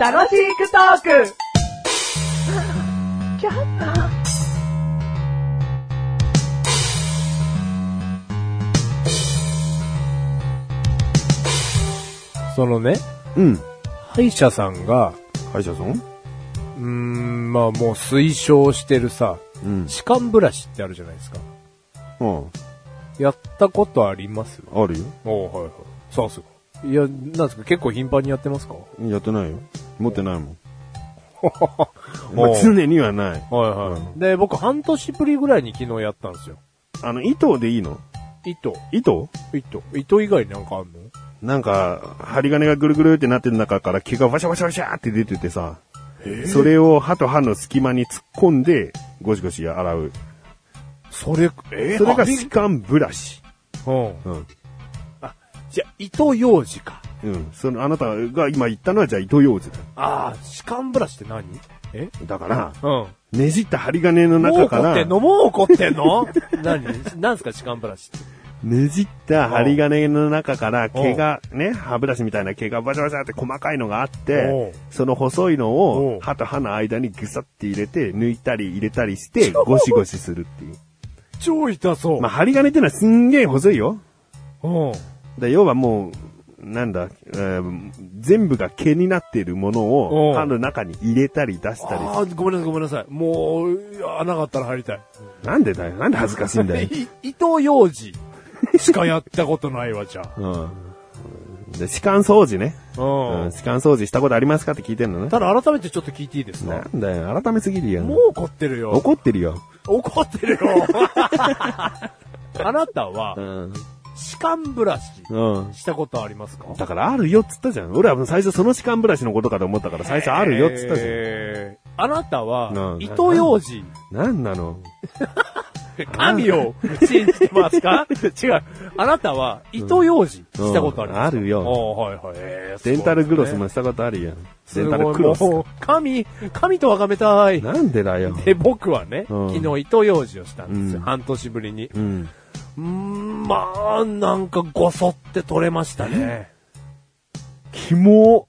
楽しくトークそのね、うん。歯医者さんが、歯医者さんうーん、まあもう推奨してるさ、うん。歯間ブラシってあるじゃないですか。うやったことありますん。あるよ。おはいはい。そうすごい。いや、なんですか、結構頻繁にやってますかやってないよ。持ってな いもん。まおあ、常にはない。はいはい、うで、僕半年ぶりぐらいに昨日やったんですよ。あの、糸でいいの糸。糸糸。糸以外になんかあんのなんか、針金がぐるぐるってなってる中から毛がワシャワシャワシャって出ててさ、それを歯と歯の隙間に突っ込んで、ゴシゴシ洗う。それ、えそれがあ歯間ブラシ。うん。うん。じゃあ、糸用紙か。うん。その、あなたが今言ったのはじゃあ糸ようじだ。ああ、歯間ブラシって何えだから、うん。ねじった針金のもう中か怒ってらん、のもう怒ってんの何何すか歯間ブラシって。ねじった針金の中から毛が、ね、歯ブラシみたいな毛がバシャバシャって細かいのがあっおうて、その細いのおうを歯と歯の間にぐさって入れて、抜いたり入れたりして、ゴシゴシするっていう。超痛そう。まあ、針金ってのはすんげえ細いよ。うん。だ要はもう、なんだ、えー全部が毛になっているものおうを歯の中に入れたり出したりああ、ごめんなさい、ごめんなさい。もう、いや穴があったら入りたい。なんでだよ、なんで恥ずかしいん だよ。い糸用紙しかやったことないわ、じゃあ。うん。で、歯間掃除ね。ううんん、。歯間掃除したことありますかって聞いてんのね。ただ改めてちょっと聞いていいですなかんだよ、改めすぎるよ。もう怒ってるよ。怒ってるよ。怒って るよ。あなたは、ん。歯間ブラシうん。したことありますかだからあるよっつったじゃん。俺は最初その歯間ブラシのことかと思ったから最初あるよっつったじゃん。えーあなたはう、ん糸用紙、なんなの 神を信じてますか 違う。あなたは、糸用紙したことありますか、うんあるよおーはいはい。えーデンタルグロス。そうもしたことあるやん。ですデねンタルクロスすごいもうか。神、神と崇めたい。なんでだよ。で、僕はね、うん昨日糸用紙をしたんですよ。うん半年ぶりに。うん。うーん、まあ、なんかごそって取れましたね。ひも、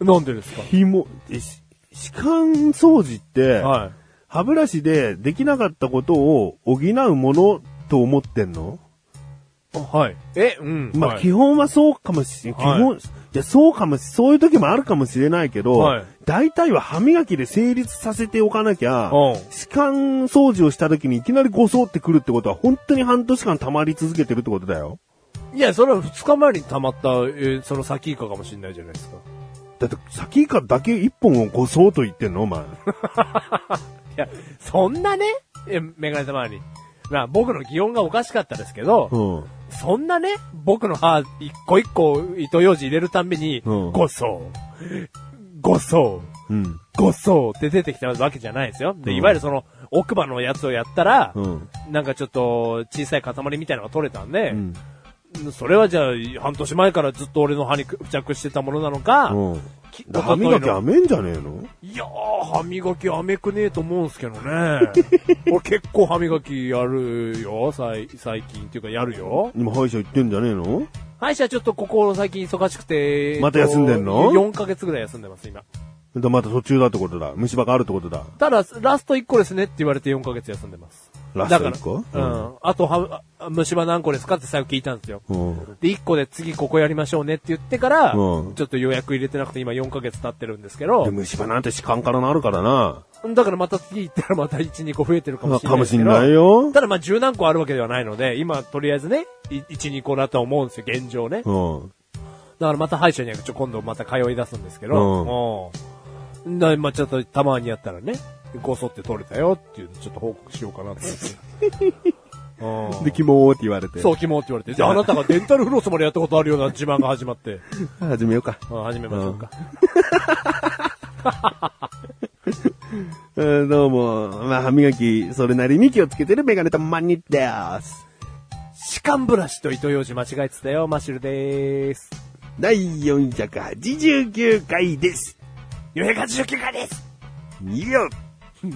なんでですかひも、えし歯間掃除って、はい。歯ブラシでできなかったことを補うものと思ってんのあはい。え、うん。まあ、はい基本はそうかもしれん。基はい本、い、や、そうかもし、そういう時もあるかもしれないけど、はい大体は歯磨きで成立させておかなきゃ、うん歯間掃除をした時にいきなりごそってくるってことは、本当に半年間溜まり続けてるってことだよ。いや、それは2日前に溜まった、えーその先以下かもしれないじゃないですか。だって、先以下だけ一本をごそと言ってんのお前。 いや、そんなね、え、メガネたまに。まあ、僕の擬音がおかしかったですけど、うん。そんなね、僕の歯、一個一個、糸用紙入れるたんびに、うんごそう。ごそう。うん。ごそうって出てきたわけじゃないですよ。で、うんいわゆるその、奥歯のやつをやったら、うん。なんかちょっと、小さい塊みたいなのが取れたんで、うん。それはじゃあ、半年前からずっと俺の歯に付着してたものなのか、うん。きだ歯磨きのやめんじゃねえのいやー、歯磨きあめくねえと思うんす けどね。俺結構歯磨きやるよ、最最近っていうかやるよ。今歯医者行ってんじゃねえの歯医者ちょっとここ最近忙しくて。また休んでんの ?4 ヶ月ぐらい休んでます、今。だまた途中だってことだ。虫歯があるってことだ。ただ、ラスト1個ですねって言われて4ヶ月休んでます。ラスト1個だからうん。あとは、あ虫歯何個ですかって最後聞いたんですよ。うん。で、1個で次ここやりましょうねって言ってから、うんちょっと予約入れてなくて今4ヶ月経ってるんですけどで、虫歯なんて歯間からなるからな。だからまた次行ったらまた1、2個増えてるかもしれなかいでもすけど。しんないよ。ただまあ十何個あるわけではないので、今とりあえずね、い1、2個だと思うんですよ、現状ね。だうかん。らまた歯医者にはちょ今度また通い出すんですけど、うん。なまあちょっとたまにやったらね、ごそって取れたよっていうのをちょっと報告しようかなと思って。うんで、キモーって言われ て。そう、キモって言われて。であなたがデンタルフロスまでやったことあるような自慢が始まって、う。始めようか。うん始めましょうか。えーどうも、まあ、歯磨き、それなりに気をつけてるメガネたまにです。歯間ブラシと糸用紙間違えてたよ、マシュルでーす。 第489回です。 489回です見よ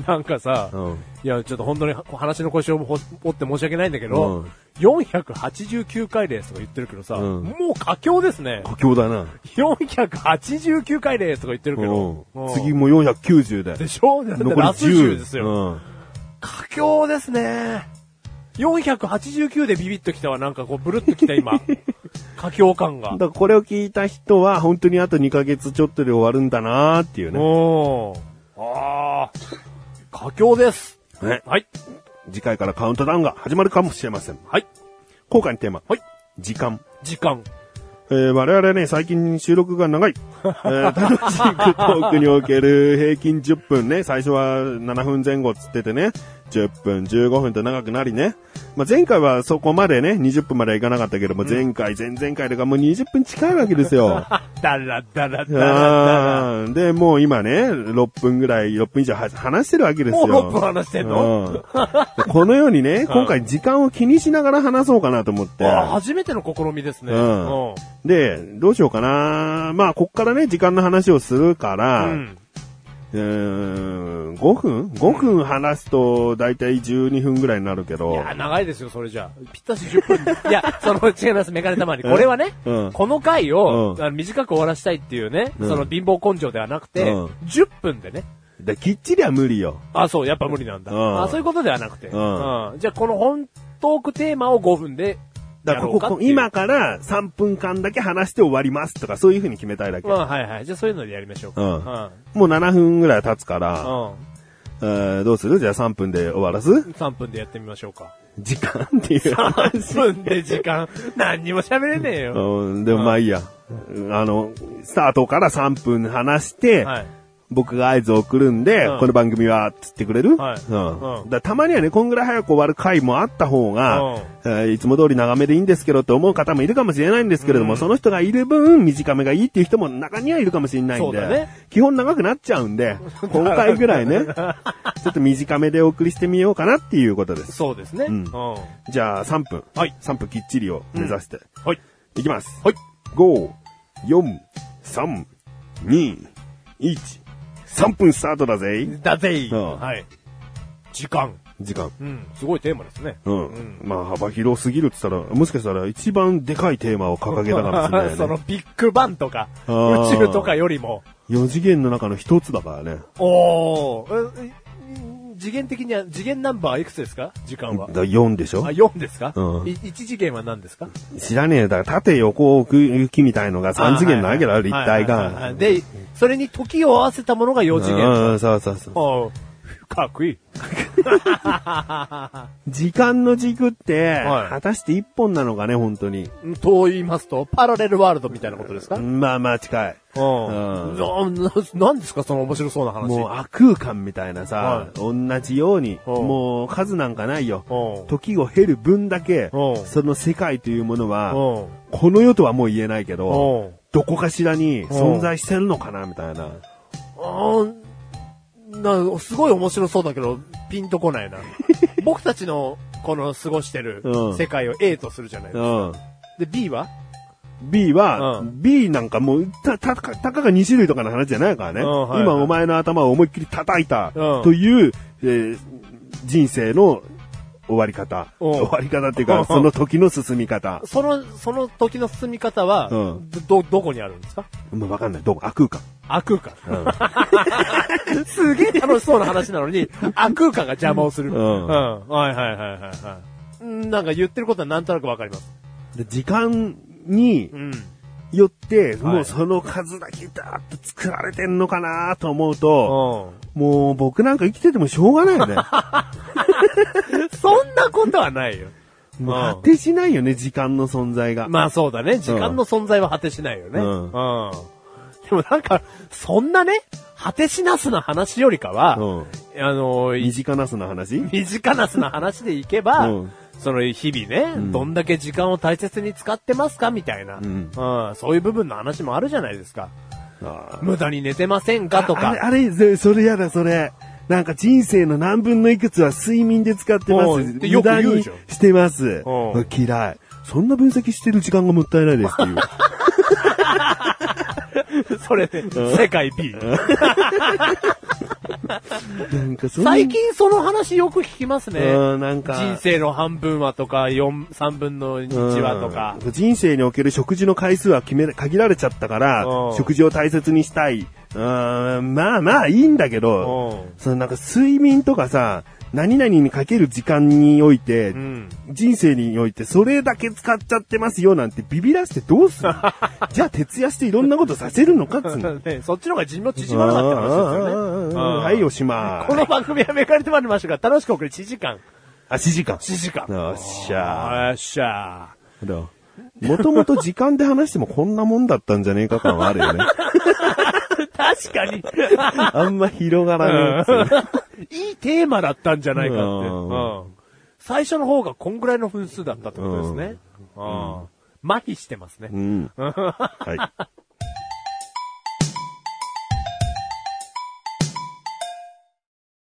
なんかさ、うんいや、ちょっと本当に話の腰をほ折って申し訳ないんだけど、うん489回レースとか言ってるけどさ、うんもう佳境ですね。苦境だな。 489回レースとか言ってるけど、ううんん次もう490だよ。でしょだって残りラス10。 10ですよ。うん佳境ですね。489でビビッときたわ、なんかこう、ブルッときた 今。佳境感がだ。からこれを聞いた人は、本当にあと2ヶ月ちょっとで終わるんだなーっていうね。おー。あー。佳境です。ねはい。次回からカウントダウンが始まるかもしれません。はい。今回のテーマ。はい。時間。時間。えー我々ね、最近収録が長い。えー楽しくトークにおける平均10分ね、最初は7分前後っつっててね、10分、15分と長くなりね。まあ、前回はそこまでね、20分まではいかなかったけども、前回、前々回とかもう20分近いわけで すよ。だらだらだらだら。あーで、もう今ね、6分ぐらい、6分以上は話してるわけですもよ。う6分話してんの、うんでこのよう にね、今回時間を気にしながら話そうかなと思って。あー初めての試みですね。うんうんで、どうしようかな。まあ、こっからね、時間の話をするかう。ら、うんーん、5分 ?5 分話すと、だいたい12分ぐらいになるけいど、や、長いですよ、それじゃあ。ぴったし10分。い や、その、違います、メガネたまに。これはね、うんこの回を、うんあの短く終わらしたいっていうね、うんその貧乏根性ではなくて、うん10分でね。できっちりは無理よ。あ、そう、やっぱ無理なんだ。うんあそういうことではなくて。んうんじゃあ、この本トークテーマを5分で、だやかろらこうかこっていう今。から3分間だけ話して終わりますとか、そういう風に決めたいだけ。まあ、はいはい。じゃあ、そういうのでやりましょうか。うんうん。もう7分ぐらい経つから、うえーどうするじゃあ3分で終わらすん。3分でやってみましょう か。時間っていう。 3分で時間、何にも喋れねえよ。うん、でもまあいいや。あの、スタートから3分話して、はい。僕が合図を送るんで、うんこの番組は、つってくれる、はいうんうんだたまにはね、こんぐらい早く終わる回もあった方が、うんえーいつも通り長めでいいんですけどって思う方もいるかもしれないんですけれども、その人がいる分、短めがいいっていう人も中にはいるかもしれないんそうで、だね基本長くなっちゃう んで、今回ぐらいね、ちょっと短めでお送りしてみようかなっていうことです。そうですね。うんうんはじゃあ3分。はい3分きっちりを目指して。い。いきます。はい。 5、4、3、2、1。3分スタートだぜ。だぜい、うんはい。時間。時間。うん。すごいテーマですね。うん。まあ、幅広すぎるって言ったら、もしかしたら一番でかいテーマを掲げたかもしれない そねの。ビッグバンとか、あー宇宙とかよりも、 4次元の中の一つだからね。おー、え次元的には、次元ナンバーはいくつですか時間は。だ4でしあ、ょ4ですか、うんい ?1 次元は何ですか知らねえ。だから縦横奥行きみたいのが3次元なわけだろ、あー立体はいはいはいはがい。で、それに時を合わせたものが4次元。うん、そうそうそう。おーかっこいい。時間の軸って、はい果たして一本なのかね、本当に。と言いますと、パラレルワールドみたいなことですか、まあまあ近い。うんな、なんですかその面白そうな話。もう悪空間みたいなさは、同じように、うんもう数なんかないよ。うん時を経る分だけう、んその世界というものは、うんこの世とはもう言えないけど、うんどこかしらに存在してるのかな、みたいな。あーな、すごい面白そうだけど、ピンとこ ないな。僕たちの、この過ごしてるうん世界を A とするじゃないですか。うん。で、B は B は、うん B なんかもう、た、た、たたかが2種類とかの話じゃないからね。うんはい今お前の頭を思いっきり叩いた、うんという、えー人生の終わり方。うん終わり方っていううか、んその時の進み方。その、その時の進み方は、うんど、どこにあるんですかもうわかんない。どう悪空間。悪空うん間。 すげえ楽しそうな話なのに、悪空間が邪魔をする。うんはいはいはいはいはいうん。なんか言ってることはなんとなくわかります。で時間にうん。 よって、いもうその数だけだーっと作られてんのかなと思うと、うん。もう僕なんか生きててもしょうがないよ ね。そんなことはないよ。もううん果てしないよね、時間の存在 が。まあそうだね。時間の存在は果てしないよね。ううんん。でもなんか、そんなね、果てしなすな話よりかは、うんあの身い近なその話身近なすな話でいけば、うんその日々ね、どんだけ時間を大切に使ってますかみたいな、んうんそういう部分の話もあるじゃないですか。あ無駄に寝てませんかとあれ、か。あれぜそれやだ、それ。なんか人生の何分のいくつは睡眠で使ってまうす。んって無よく駄言にうじゃんしてます。うん 嫌い。そんな分析してる時間がもったいないですっていう。それで、世界 B。なんかそういう最近その話よく聞きますね。うんなんか人生の半分はとか、四三分の一はとか。うん人生における食事の回数は決め、限られちゃったからう、ん食事を大切にしたい。うん、まあまあいいんだけどう、んそのなんか睡眠とかさ、何々にかける時間において、ん人生においてそれだけ使っちゃってますよなんてビビらせてどうす るのじゃあ徹夜していろんなことさせるのかっつうの。ね、そっちの方が寿命縮まなかった話ですうんうんようんうね。んうんはい、おしまこの番組はめかれてまいりましたが、楽しく送る1時間。あ、4時間。 1時間。よっしゃよっしゃー。もともと時間で話してもこんなもんだったんじゃねえか感はあるよね。ー。確かに。あんま広がらない。いいテーマだったんじゃないかって。うんうん最初の方がこんぐらいの分数だったってことですね。うん麻痺してますね。うん。はい。